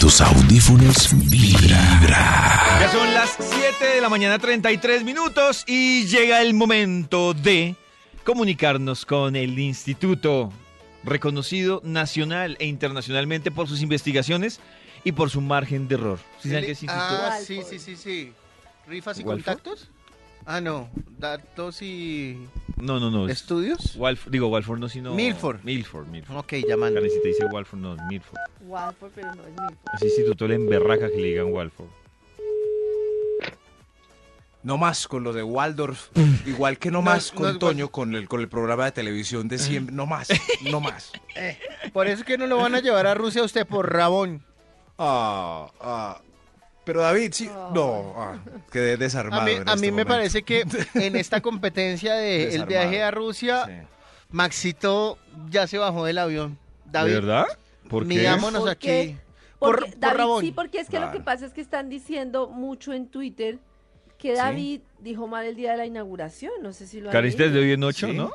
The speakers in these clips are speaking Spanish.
tus audífonos vibra. Ya son las 7 de la mañana 33 minutos y llega el momento de comunicarnos con el instituto reconocido nacional e internacionalmente por sus investigaciones y por su margen de error. ¿Sí saben qué es instituto? Ah, Walford. sí, sí, sí, sí. ¿Rifas y ¿Walford? contactos? Ah, no. ¿Datos y No, no, no. es estudios? Walf- digo, Walford no, sino... Milford. Milford, Milford. Ok, ya mando. Karen, si te dice Walford, no, Milford. Walford, pero no es Milford. Ese instituto le emberraca que le digan Walford. No más con lo de Waldorf, igual que no Mm. No, más no con es Toño, con el, con el programa de televisión de siempre, no más, no más. Por eso es que no lo van a llevar a Rusia a usted por Rabón. Ah, ah, pero David, sí, no, ah, quedé Oh. desarmado. A mí, en a este mí me momento. parece que en esta competencia del el Desarmado. viaje a Rusia, Sí. Maxito ya se bajó del avión. David, ¿De verdad? ¿Por qué? midámonos ¿Por aquí. qué? Por, Porque, por David, Rabón. sí, porque es que lo que Claro. pasa es que están diciendo mucho en Twitter que David dijo mal el día de la inauguración. No sé si lo han Karen, ¿sí es de leído. hoy en 8, Sí. ¿no?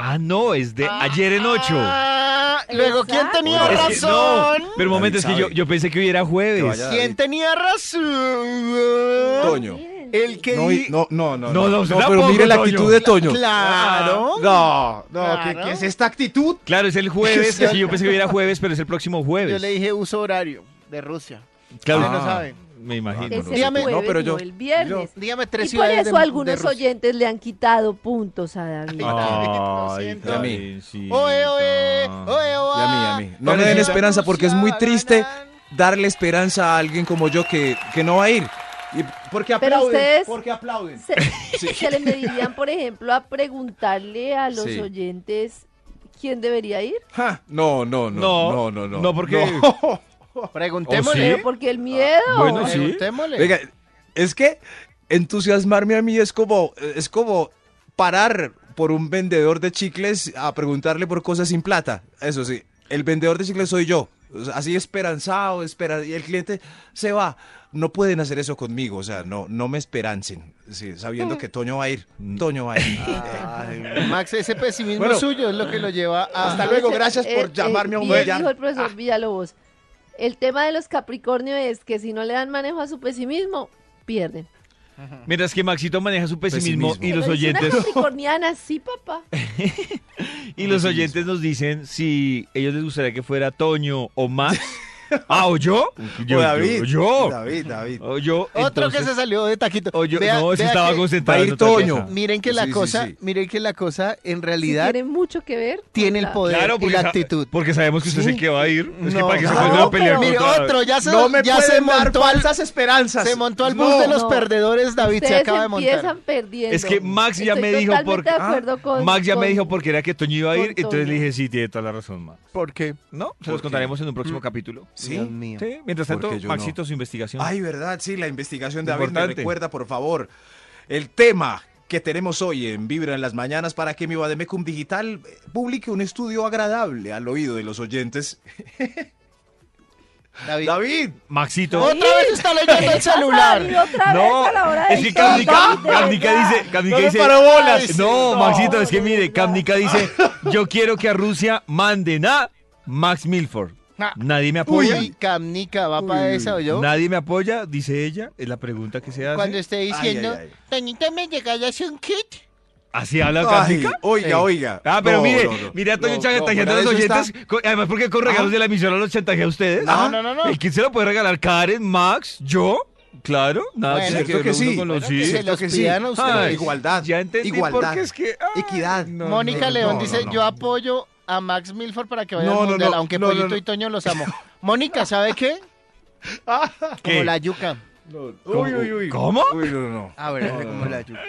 Ah, no, es de ayer en 8. Ah, luego, ¿quién Exacto. tenía Bueno, Es que- no, razón? pero un momento, es que David yo, sabe. yo pensé que hoy era jueves. Que vaya- ¿Quién David. tenía razón? Toño. Miren, El sí. que No, di- y- no, no, no, No, no, pero tampoco, mire la Toño. actitud de Toño. Claro. No, no, ¿qué, Claro. qué es esta actitud? Claro, es el jueves. es que yo pensé que hoy era jueves, pero es el próximo jueves. Yo le dije uso horario de Rusia. claro, Ustedes no Ah. saben. me imagino. Es el Dígame- jueves, no, pero yo- el viernes. Dígame tres y por ciudades eso de- de algunos Rusia. oyentes le han quitado puntos a David. Ah. Ay, Lo siento. Karencita. Oe, oe, oe, Y a mí, oa. a mí. No me den Karencita. esperanza porque es muy Rusia, triste ganan. darle esperanza a alguien como yo que, que no va a ir. Y porque Pero aplauden, ustedes- porque aplauden. Se, se le medirían, por ejemplo, a preguntarle a los Sí. oyentes quién debería ir. Ja, No, no, No, no, no, no, no. no, porque- No. Preguntémosle. ¿Oh, Pero porque el miedo. bueno, sí. Preguntémosle. Oiga, es que entusiasmarme a mí es como, es como parar por un vendedor de chicles a preguntarle por cosas sin plata. Eso sí, el vendedor de chicles soy yo. O sea, Así esperanzado, espera, y el cliente se va. No pueden hacer eso conmigo, o sea, no, no me esperancen, sí, sabiendo que Toño va a ir. Toño va a ir. Ay, Max, ese pesimismo Bueno. suyo es lo que lo lleva a. Hasta luego, gracias por llamarme a un humillar. eh, dijo el profesor Villalobos. El tema de los Capricornio es que si no le dan manejo a su pesimismo, pierden. Mientras que Maxito maneja su pesimismo, Pesimismo. y los Pero dice oyentes Una capricorniana, sí, papá. y los oyentes nos dicen si ellos les gustaría que fuera Toño o Max. ah, o yo. Yo, O David, yo, yo. David, David. O yo. Otro que entonces- se salió de taquito. Oh, o yo- Vea- no, es que vea estaba que- concentrado. Va a ir en otra Toño. cosa. Miren que la Sí, sí, cosa, sí. miren que la cosa en Si realidad tiene mucho que ver. con tiene el la- poder Claro, y porque, la sa- actitud. porque sabemos que usted es el que va a ir. Es que para que se no, vuelva a pelear pero- Mire, contra- otro, ya se, No me ya se pueden dar montó al, falsas esperanzas. se montó al No. bus de los No. perdedores, David, se Ustedes acaba de montar. empiezan perdiendo. Es que Max ya Estoy me dijo totalmente porque- Ah, de acuerdo con- Max ya me con- dijo porque era que Toño iba a ir, con entonces le Toño. dije, sí, tiene toda la razón, Max. ¿Por qué? ¿No? Se los qué? contaremos en un próximo capítulo. Sí. Dios mío. Sí, mientras tanto, Porque yo no. Maxito, su investigación. Ay, verdad, sí, la investigación de David me Importante. recuerda, por favor, el tema que tenemos hoy en Vibra en las Mañanas para que mi Bademecum Digital eh, publique un estudio agradable al oído de los oyentes. David. David, Maxito. Otra vez está leyendo el celular. David, otra No, vez a la hora de es que todo, Kamnika, David, de Kamnika verdad. dice, Kamnika No me dice, paró bolas. no, No, Maxito, es que de mire, verdad. Kamnika dice, yo quiero que a Rusia manden a Max Milford. Ah. Nadie me apoya, Uy, Camnica, va para esa o yo. nadie me apoya, dice ella, es la pregunta que se hace. Cuando esté diciendo, ay, ay. Toñita, ¿me llegarías un kit? ¿Así habla ay, Kamnika? oiga, Sí. oiga. Ah, pero No, mire, no, no. mire a Toño No, Chaga no, chantajeando a fuera los de eso oyentes. está- co- Además, porque con regalos Ah. de la emisora los chantajea a ustedes. No, Ah. no, no, no. ¿Y quién se lo puede regalar? ¿Karen, Max, yo? Claro, nada, Bueno, tiene ver cierto que uno sí. con los- Bueno, que sí. se los que sí. pidan a ustedes. Ay, Igualdad. Ya entendí igualdad. por qué es que... ay, Equidad. no, Mónica no, no, León no, dice, no. yo apoyo a Max Milford para que vaya No, al no, mundial, no, aunque no, no, Pollito no. y Toño los amo. Mónica, ¿sabe qué? ¿Qué? Como la yuca. Uy, uy, uy. ¿Cómo? Uy, no, no. A ver, como la yuca.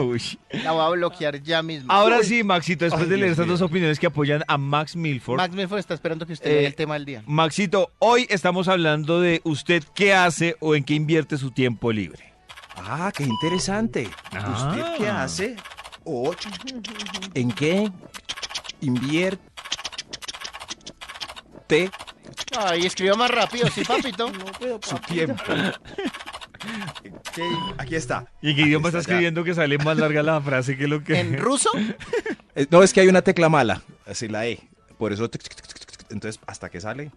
Uy. La voy a bloquear ya mismo. Ah, Ahora sí, Maxito, después Ay, de leer Dios estas mío. dos opiniones que apoyan a Max Milford. Max Milford está esperando que usted Eh, lea el tema del día. Maxito, hoy estamos hablando de usted qué hace o en qué invierte su tiempo libre. Ah, qué interesante. ¿Usted qué Ah. hace? ¿O en qué invierte? Ay, escribió más rápido, sí, papito. su tiempo. Aquí está. ¿Y en qué idioma está escribiendo que sale más larga la frase que lo que... ¿En ruso? Eh, No, es que hay una tecla mala, así la E. Por eso, tic, tic, tic, tic, tic, entonces, hasta que sale.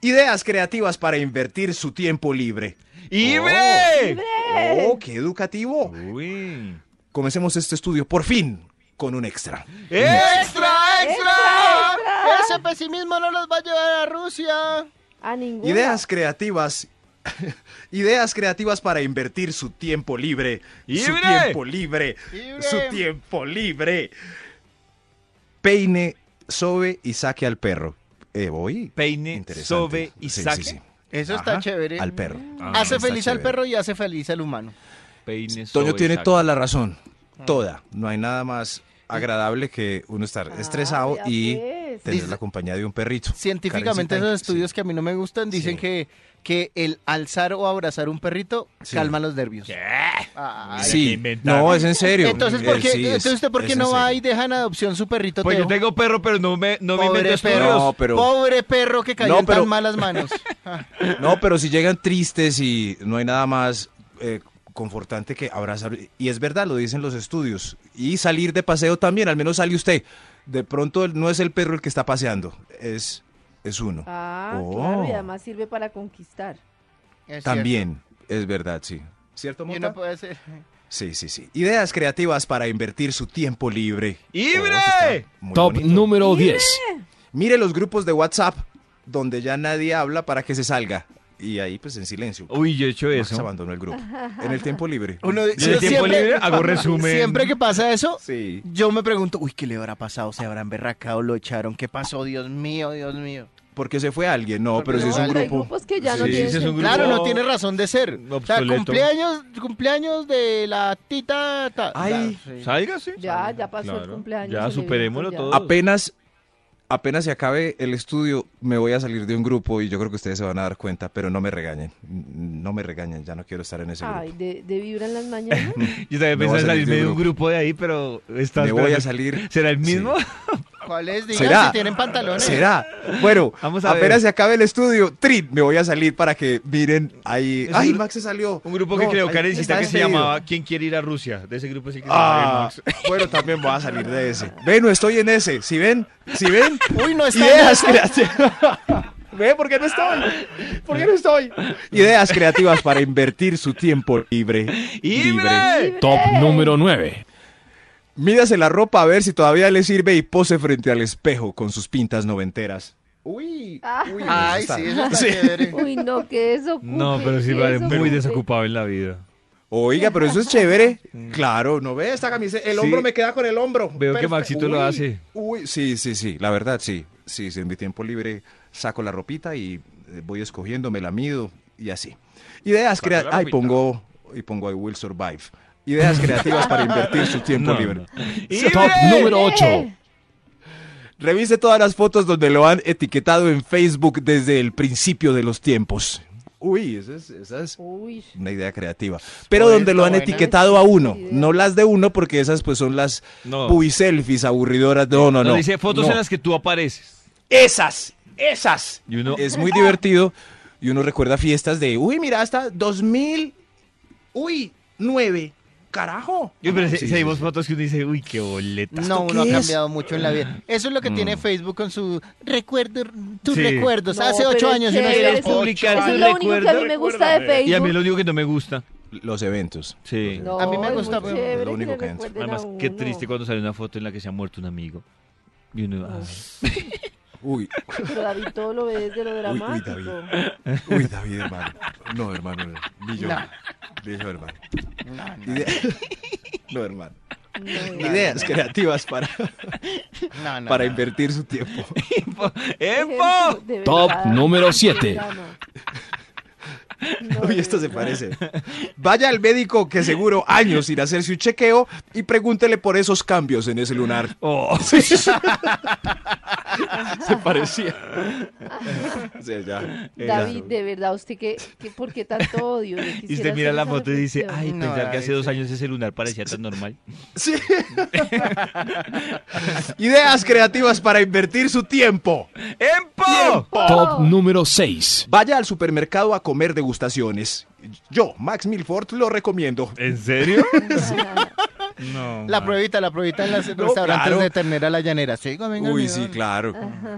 Ideas creativas para invertir su tiempo libre. ¡Ibre! ¡Eh! ¡Oh, qué educativo! Uy. Comencemos este estudio por fin con un extra. ¡Extra, extra! Ese pesimismo no nos va a llevar a Rusia. A ninguna. Ideas creativas. Ideas creativas para invertir su tiempo libre. Su ¡Libre! tiempo libre. Libre. Su tiempo libre. Peine, sobe y saque al perro. Eh, voy. Peine, Interesante. sobe y Sí, sí, saque. sí. Eso Ajá, está chévere. Al perro. Ah, Hace está feliz al chévere. perro y hace feliz al humano. Peine, sobe Toño y tiene saque. toda la razón. Ah. Toda. No hay nada más agradable que uno estar Ah, estresado vea y pues. tener Dice- la compañía de un perrito. Científicamente Karencita, esos sí. estudios que a mí no me gustan dicen Sí. que, que el alzar o abrazar un perrito Sí. calma los nervios. ¿Qué? Ay. Ay, que Sí, inventaron. no, es en serio. Entonces, ¿por Eh, qué, sí, es- entonces ¿usted por qué es en no va serio. y deja en adopción su perrito? Pues yo Teo? tengo perro, pero no me, no me invento pobre, estudios. perro, No, pero- pobre perro que cayó No, en pero- tan malas manos. Ah, No, pero si llegan tristes y no hay nada más eh, confortante que abrazar. Y es verdad, lo dicen los estudios. Y salir de paseo también, al menos sale usted. De pronto no es el perro el que está paseando, es, es uno. Ah, Oh. claro, y además sirve para conquistar. es también, es verdad, sí. cierto. ¿Cierto, Y Mota? uno puede ser- Sí, sí, sí. Ideas creativas para invertir su tiempo libre. Oh, ¡Libre! eso está muy Top bonito. número 10. Mire los grupos de WhatsApp donde ya nadie habla para que se salga. Y ahí, pues, en silencio. Uy, yo he hecho Max eso. Oh, abandonó el grupo. En el tiempo libre. uno- Y en el tiempo siempre- libre hago resumen. Siempre que pasa eso, Sí. yo me pregunto, uy, ¿qué le habrá pasado? ¿Se habrán berracado? ¿Lo echaron? ¿Qué pasó? Dios mío, Dios mío. Porque se fue alguien. No, Porque pero si no, es un hay grupo. grupos que ya no Sí, tienen sí, es un sentido. grupo. Claro, no tiene razón de ser. O sea, Obsoleto. cumpleaños, cumpleaños de la tita. ta- Ay. da- sí. Sálgase. Ya, ya pasó el Claro, cumpleaños. ya, celebrémoslo superémoslo ya. todo. Apenas, apenas se acabe el estudio, me voy a salir de un grupo y yo creo que ustedes se van a dar cuenta, pero no me regañen. No me regañen, ya no quiero estar en ese Ay, grupo. de, de vibra en las mañanas. Yo también Me voy pensaba a en salir salirme de de un un grupo de ahí, pero está Me voy a esperando. salir. ¿Será el mismo? ¿Cuál es? Digan ¿Será? si tienen pantalones. ¿Será? Bueno, Vamos a apenas ver. se acabe el estudio, trin, me voy a salir para que miren ahí. Es un Ay, gru- Max se salió. Un grupo que No, creó ay, Karencita está que se despedido. llamaba ¿Quién quiere ir a Rusia? De ese grupo sí que se llamaba Ah, Max. bueno, también voy a salir de ese. Ve, no estoy en ese. Si ven, si ven, Uy, no está. Ideas creativas. Ve, ¿por qué no estoy? ¿Por qué no estoy? Ideas creativas para invertir su tiempo libre. ¡Libre! Top número 9. Mídase la ropa a ver si todavía le sirve y pose frente al espejo con sus pintas noventeras. Uy, uy, Ah. Ay, eso sí, está- eso está Sí. chévere. Uy, no, que eso. No, pero sí, vale, muy desocupado en la vida. Oiga, pero eso es chévere. Claro, no ve esta camiseta. El Sí. hombro me queda con el hombro. Veo que Maxito lo Uy, hace. Uy, sí, sí, sí. La verdad, sí. Sí, sí, en mi tiempo libre saco la ropita y eh, voy escogiendo, me la mido y así. Ideas Saco la creativas. Ay, ropita. pongo. Y pongo I will survive. Ideas creativas para invertir su tiempo No, libre. no. Top número 8. Revise todas las fotos donde lo han etiquetado en Facebook desde el principio de los tiempos. Uy, esa es, esa es Uy. una idea creativa. Pero Pues, donde lo han buena. etiquetado a uno, Idea. no las de uno, porque esas pues son las No. puy selfies aburridoras. No, no, no. No, dice fotos No. en las que tú apareces. Esas, esas. Y uno, Es muy divertido y uno recuerda fiestas de, uy, mira, hasta 2000, uy, 9, carajo. yo, pero Sí, si, sí, si hay sí. vos fotos que uno dice, uy, qué boleta. No, qué uno ha es? Mm. cambiado mucho en la vida. Eso es lo que tiene Facebook con su recuerdo, tus Sí. recuerdos. No, Hace ocho pero es años uno chévere, está- es publicar Eso sus es lo único que a mí recuerdos. me gusta de Facebook. Y a mí lo único que no me gusta. Los eventos. Sí. No, A mí me es gusta, muy pero chévere es lo único le que entra. recuerden a Además, qué uno. triste cuando sale una foto en la que se ha muerto un amigo. Y uno, ah, Uy, Pero David todo lo ve desde lo uy, David. dramático. uy, David, hermano. No, hermano, no. ni yo. Ni yo, hermano. Ide- No, hermano. No, Ideas creativas para, No, no, para no. invertir su tiempo. ¡Epo! ejemplo, ¡Epo! de Top verdad, número qué 7. drama. Uy, esto se parece. Vaya al médico que seguro años sin hacerse un chequeo y pregúntele por esos cambios en ese lunar. Oh. Se parecía. Sí, ya. David, de verdad, usted que, que ¿por qué tanto odio? Yo Y quisiera usted mira hacer la esa foto y dice, reflexión. ay, No, pensar que hace David, dos sí. años ese lunar parecía tan normal. Sí. Ideas creativas para invertir su tiempo. ¡Empo! Top número 6. Vaya al supermercado a comer degustaciones. Yo, Max Milford, lo recomiendo. ¿En serio? La pruebita, la pruebita en los restaurantes claro. de ternera a la llanera. Sí, venga, Uy, mi sí, don. claro.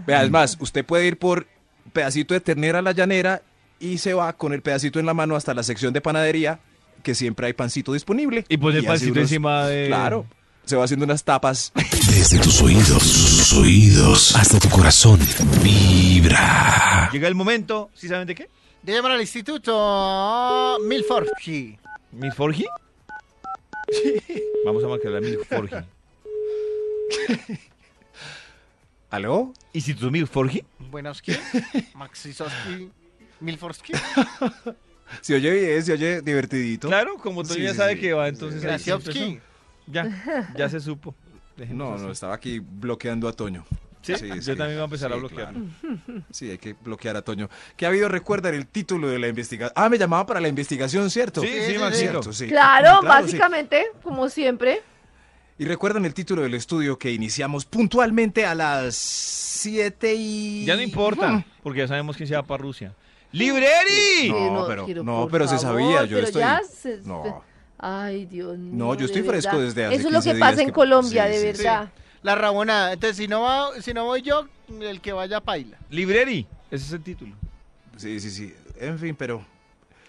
Vea, es más, usted puede ir por pedacito de ternera a la llanera y se va con el pedacito en la mano hasta la sección de panadería, que siempre hay pancito disponible. Y pone el hace pancito encima de- Claro, se va haciendo unas tapas. Desde tus oídos, sus oídos, hasta tu corazón. Vibra. Llega el momento, ¿sí saben de qué? Llévame al ah, instituto Milford. Sí. ¿Mil Forgi? Vamos a marcarle a Mil Forgi. ¿Aló? ¿Y si tú Mil Forgi? Buenoski, Maxisowski, Milforsky, Se oye bien, se oye divertidito. Claro, como tú Sí, ya sí, sabes sí. que va, entonces. ahí siempre Grasiowski. son. Ya, ya se supo. Dejemos No, así. no, estaba aquí bloqueando a Toño. ¿Sí? Sí, Yo sí, también voy a empezar a sí, bloquear. claro. Sí, hay que bloquear a Toño. ¿Qué ha habido? Recuerdan el título de la investigación. Ah, me llamaba para la investigación, ¿cierto? Sí, sí, Maxito. Cierto, sí. Claro, sí. básicamente, como siempre. Y recuerdan el título del estudio que iniciamos puntualmente a las 7 y... Ya no importa, porque ya sabemos quién se va para Rusia. ¡Libreri! No, que pero- quiero, no, por pero se sabía, yo pero estoy- ya se- No. Ay, Dios mío. No, yo de estoy fresco verdad. desde hace Eso es lo 15 que pasa días en que- Colombia, Sí, de sí, sí. verdad. La rabonada. Entonces, si no, va, si no voy yo, el que vaya paila. ¡Libreri! Ese es el título. Sí, sí, sí. En fin, pero...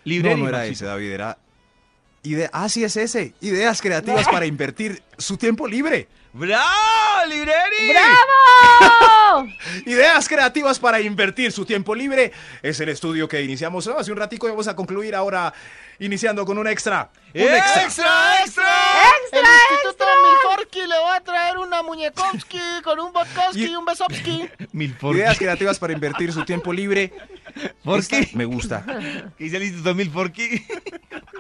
Libreri. no, no era Maxito. ese, David, era... Ide... Ah, sí, es ese. Ideas creativas para invertir su tiempo libre. ¡Bravo, Libreri! ¡Bravo! Ideas creativas para invertir su tiempo libre. Es el estudio que iniciamos hace un ratico y vamos a concluir ahora iniciando con un extra. Un ¡Extra, extra! el instituto Milforsky le va a traer una muñekovsky con un Botkowski Y- y un Besovsky. Mil Ideas Forgi. creativas para invertir su tiempo libre. ¿Por Esta qué? Me gusta. ¿Qué dice el Instituto Mil Forgi?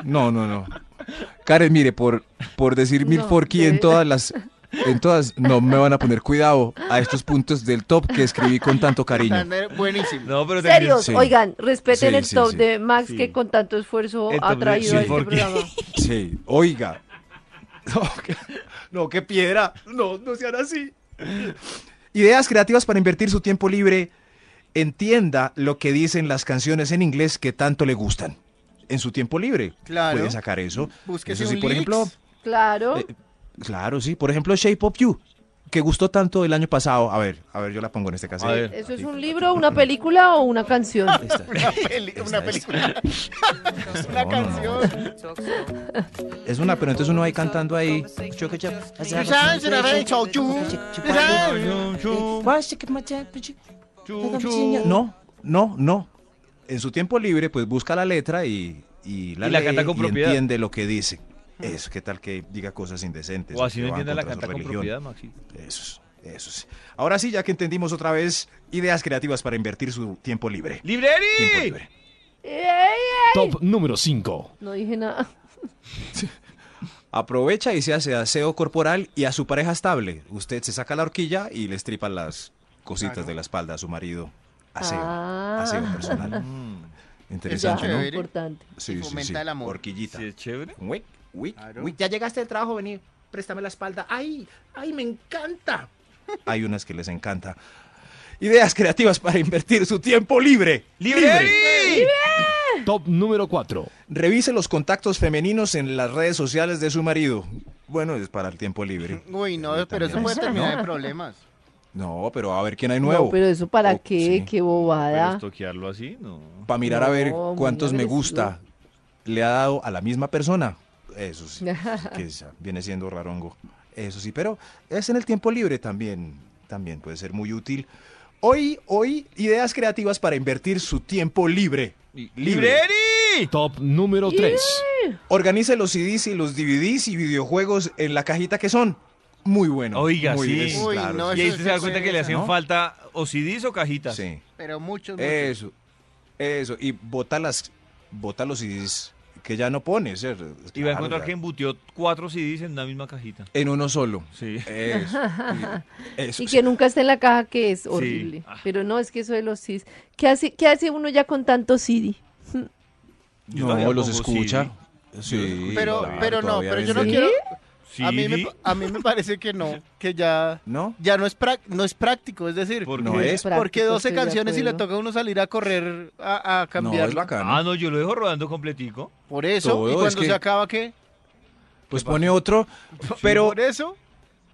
No, no, no. Karen, mire, por, por decir mil No, forky de en verdad. todas las... En todas no me van a poner cuidado a estos puntos del top que escribí con tanto cariño. Están buenísimo. No, pero también- Serios, sí. oigan, respeten Sí, el sí, top sí. de Max Sí. que con tanto esfuerzo El top ha de- traído sí, a este porque- programa. Sí, oiga. No, qué, no, qué piedra. No, no sean así. Ideas creativas para invertir su tiempo libre. Entienda lo que dicen las canciones en inglés que tanto le gustan. En su tiempo libre. Claro. Pueden sacar eso. Búsquese eso sí, un por lyrics. ejemplo. Claro. eh, claro, sí. Por ejemplo, Shape of You, que gustó tanto el año pasado. A ver, a ver, yo la pongo en este caso. A ver. ¿Eso es un libro, una película o una canción? Ah. Una, peli- una película. una No, no, no. canción. Es una, pero entonces uno va ahí cantando ahí. You sound like a radio, you. You sound- Chum, chum, chum, chum. No, no, no. En su tiempo libre, pues busca la letra y, y la, Y la lee canta con y propiedad. entiende lo que dice. Eso, ¿qué tal que diga cosas indecentes? O así que no van entiende la contra su canta con propiedad, religión? Maxito. Eso, es, eso sí. Ahora sí, ya que entendimos otra vez ideas creativas para invertir su tiempo libre. Tiempo ¡Libreri! libre. ¡Ey, ey! Top número 5. No dije nada. Aprovecha y se hace aseo corporal y a su pareja estable. Usted se saca la horquilla y le estripa las cositas de la espalda a su marido. Aseo, Ah. aseo personal. Ya, Interesante, Sancho, ¿no? chévere. importante. Sí, Y fomenta el amor. Horquillita. Sí, es chévere. Wick, wick, wick. Ya llegaste del trabajo, vení. Préstame la espalda. ¡Ay! ¡Ay, me encanta! Hay unas que les encanta. Ideas creativas para invertir su tiempo libre. ¡Libreri! Top número 4. Revise los contactos femeninos en las redes sociales de su marido. Bueno, es para el tiempo libre. Uy, no, Yo pero eso puede también. terminar en problemas. No, pero a ver quién hay nuevo. No, pero eso para Oh, qué, sí. qué Pero bobada. estoquearlo así, no. Para mirar a ver No, muy cuántos me agresivo. gusta le ha dado a la misma persona. Eso sí, sí que es- viene siendo rarongo. Eso sí, pero es en el tiempo libre también, también puede ser muy útil. Hoy, hoy, ideas creativas para invertir su tiempo libre. Libre. ¡Libreri! Top número 3. Organice los CDs y los DVDs y videojuegos en la cajita que son. Muy bueno. Oiga, muy sí. bien, Uy, claro, no, Pues sí. Y ahí eso usted es se da cuenta que le pereza, hacían ¿no? falta o CDs o cajitas. Sí. Pero muchos, muchos. Eso, eso. Y bota las, bota los CDs que ya no pones, ¿cierto? Y va a Claro, encontrar ya. que embutió cuatro CDs en una misma cajita. En uno solo. Sí. Eso. eso, Y pues, sí. que nunca esté en la caja, que es horrible. Ah. Pero no, es que eso de los CDs. ¿Qué hace, qué hace uno ya con tanto CD? Yo no, todavía los pongo escucha. Yo Sí, los Pero, claro, pero no, todavía pero yo no venden. quiero. CD. A mí, me, pa- a mí me parece que no, que ya, ¿No? ya no, es prac- no es práctico, es decir, ¿Por No qué? es. Práctico, porque 12 estoy de canciones y le acuerdo. toca a uno salir a correr a, a No, cambiar. es bacano. Ah, no, yo lo dejo rodando completico. por eso, todo, y es cuando que- se acaba, ¿qué? pues pone otro, pero por eso,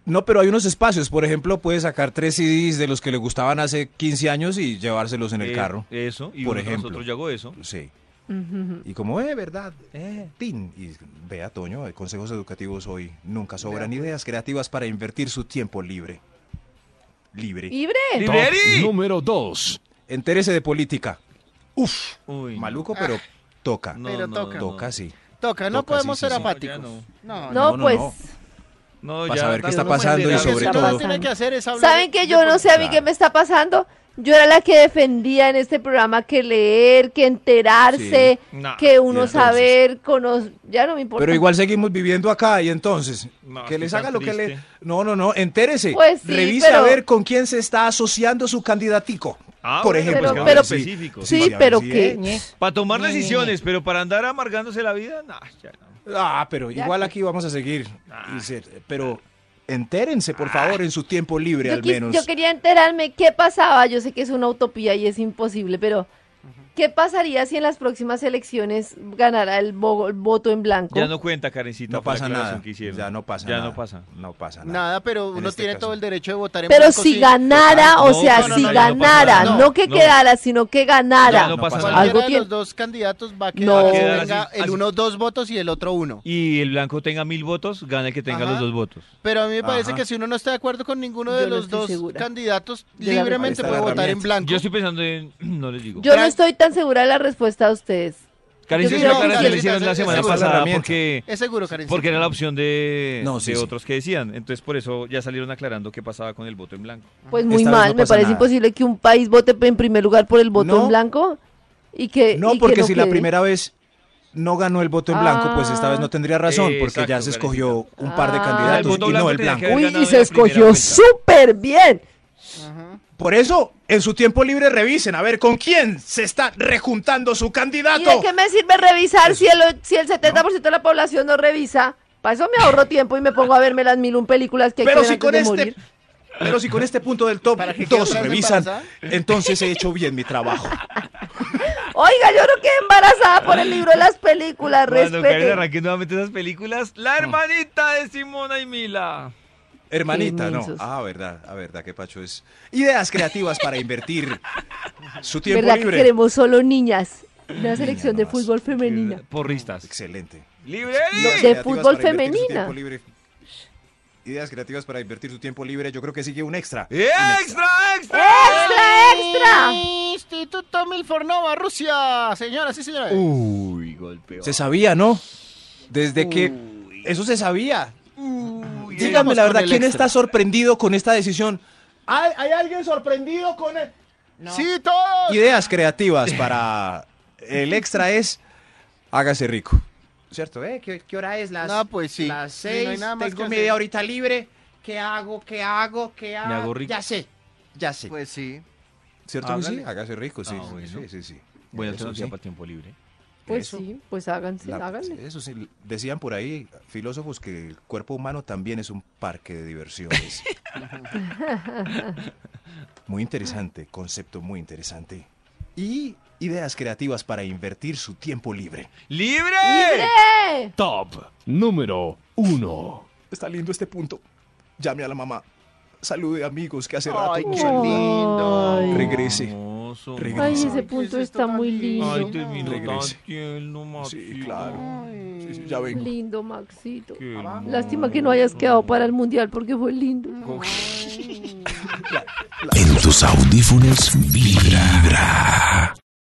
No, pero hay unos espacios. Por ejemplo, puede sacar tres CDs de los que le gustaban hace 15 años y llevárselos en el Eh, carro. Eso, y por uno de ejemplo. nosotros yo hago eso. Sí. Y como, eh, verdad, eh, tin. Y vea, Toño, eh, consejos educativos hoy. Nunca sobran ideas creativas para invertir su tiempo libre. Libre. ¡Libre! Top ¡Liberi! número 2. Entérese de política. Uf, Uy, no. maluco, pero toca. No, Pero no, toca. no, no. Toca, sí. Toca, no Toca, podemos sí, sí, ser sí. apáticos. No, No, No, No, no, pues. no. No, Para ya saber qué tan- está no me pasando y enteré. sobre está todo- pasando. tiene que hacer es hablar de ¿Saben que yo no sé a mí Claro. qué me está pasando? Yo era la que defendía en este programa que leer, que enterarse, No, que y uno entonces- saber, conocer. Ya no me importa. Pero igual seguimos viviendo acá y entonces, No, que estoy les tan haga lo que le... triste. No, no, no, entérese. Pues sí, Revisa pero- a ver con quién se está asociando su candidatico. Ah, por bueno, ejemplo. pero- A pero- ver, sí. específico. Sí, a ver, pero sí, que. ¿eh? Para tomar decisiones, pero para andar amargándose la vida, no, ya no. Ah, pero Ya igual que- aquí vamos a seguir. Ah. y ser- pero entérense, por favor, en su tiempo libre Yo, al quis- menos. yo quería enterarme qué pasaba. Yo sé que es una utopía y es imposible, pero ¿qué pasaría si en las próximas elecciones ganara el, vo- el voto en blanco? Ya no cuenta, Karencita. No por la pasa aclaración nada. que hicieron. Ya no pasa Ya nada. no pasa. No pasa nada. Nada, pero En uno este tiene caso. todo el derecho de votar en Pero blanco, si sí. ganara, o Ah, No, sea, no, no, si no, no pasa ganara, nada. no, No, que no. quedara, sino que ganara. Ya no pasa pasa Cualquiera nada. Algo de tiene. los dos candidatos va a quedar, No. que Va a quedar tenga así, el así. uno dos votos y el otro uno. Y el blanco tenga mil votos, gana el que tenga Ajá. los dos votos. Pero a mí me parece Ajá. que si uno no está de acuerdo con ninguno de Yo no los estoy dos segura. candidatos, Yo la Ahí libremente está puede la votar en herramienta. blanco. Yo estoy pensando en. No les digo. Yo no estoy tan segura de la respuesta de ustedes. Karencita Yo es creo una que cara sí, que le sí, hicieron sí, la sí, semana sí, sí, sí, pasada sí, sí, porque. Es seguro, Karen. Porque era la opción de, No, sí, de sí. otros que decían. Entonces, por eso ya salieron aclarando qué pasaba con el voto en blanco. Pues muy Esta vez mal, no me pasa parece nada. imposible que un país vote en primer lugar por el voto No. en blanco y que y No, que porque si la quede. primera vez no ganó el voto en blanco, pues esta vez no tendría razón, Ah. porque ya Exacto, se escogió un Karencita. par de Ah. El candidatos voto y blanco no el tenía que blanco. haber Uy, ganado y en se la primera escogió vuelta. súper bien. Por eso, en su tiempo libre revisen a ver con quién se está rejuntando ¿Y su de candidato. qué me sirve revisar si el, o- si el 70% de la población no revisa? Para eso me ahorro tiempo y me pongo a verme las mil un películas que hay Pero que ver si antes con de este morir. pero si con este punto del top ¿Para qué quedó dos tan revisan, embarazada? entonces he hecho bien mi trabajo. Oiga, yo no quedé embarazada por el libro de las películas, Cuando Karen respete. arranque nuevamente esas películas, la Mm. hermanita de Simona y Mila. Hermanita, no. mensos. Ah, verdad, ah, verdad, que Pacho es. Ideas creativas para invertir su tiempo ¿Verdad que libre. queremos solo niñas? Una selección de nomás. fútbol femenina. Eh, Porristas. Excelente. ¡Liberi! Ideas De creativas fútbol para invertir su femenina. tiempo libre. Ideas creativas para invertir su tiempo libre. Yo creo que sigue un extra. ¡Extra, extra! ¡Extra, extra! Instituto Milford Nova, Rusia. Señoras y señores. Uy, golpeó. Se sabía, ¿no? Desde que. Eso se sabía. Díganme Sigamos la con verdad, el ¿quién extra. está sorprendido con esta decisión? ¿Hay, hay alguien sorprendido con el... Sí, todos. Ideas creativas para. El extra es. Hágase rico. ¿Cierto? ¿Eh? ¿Qué, qué hora es? Las, No, pues sí. las Sí, no hay seis. nada más tengo que media hacer. horita libre. ¿Qué hago? ¿Qué hago? ¿Qué hago? hago rico. Ya sé. Ya sé. Pues sí. ¿Cierto que sí? Hágale. Hágase rico, sí. Ah, sí, bueno. Sí, sí, sí. Buena Eso alternativa sí. para el tiempo libre. Pues Eso. sí, pues háganse, La- háganle. eso sí, decían por ahí filósofos que el cuerpo humano también es un parque de diversiones. muy interesante, concepto muy interesante. Y ideas creativas para invertir su tiempo libre. ¡Libre! ¡Libre! Top número 1. Está lindo este punto. Llame a la mamá. Salude amigos que hace Ay, rato no qué saluda. lindo. Ay. Regrese. Hermoso, Regrese. Ay, Ay, ese punto está muy lindo. Ay, terminó Regrese. tan tierno, Maxito. Sí, claro. Sí, sí, ya vengo. Lindo, Maxito. Qué hermoso. Lástima que no hayas quedado para el mundial porque fue lindo. En tus audífonos vibra.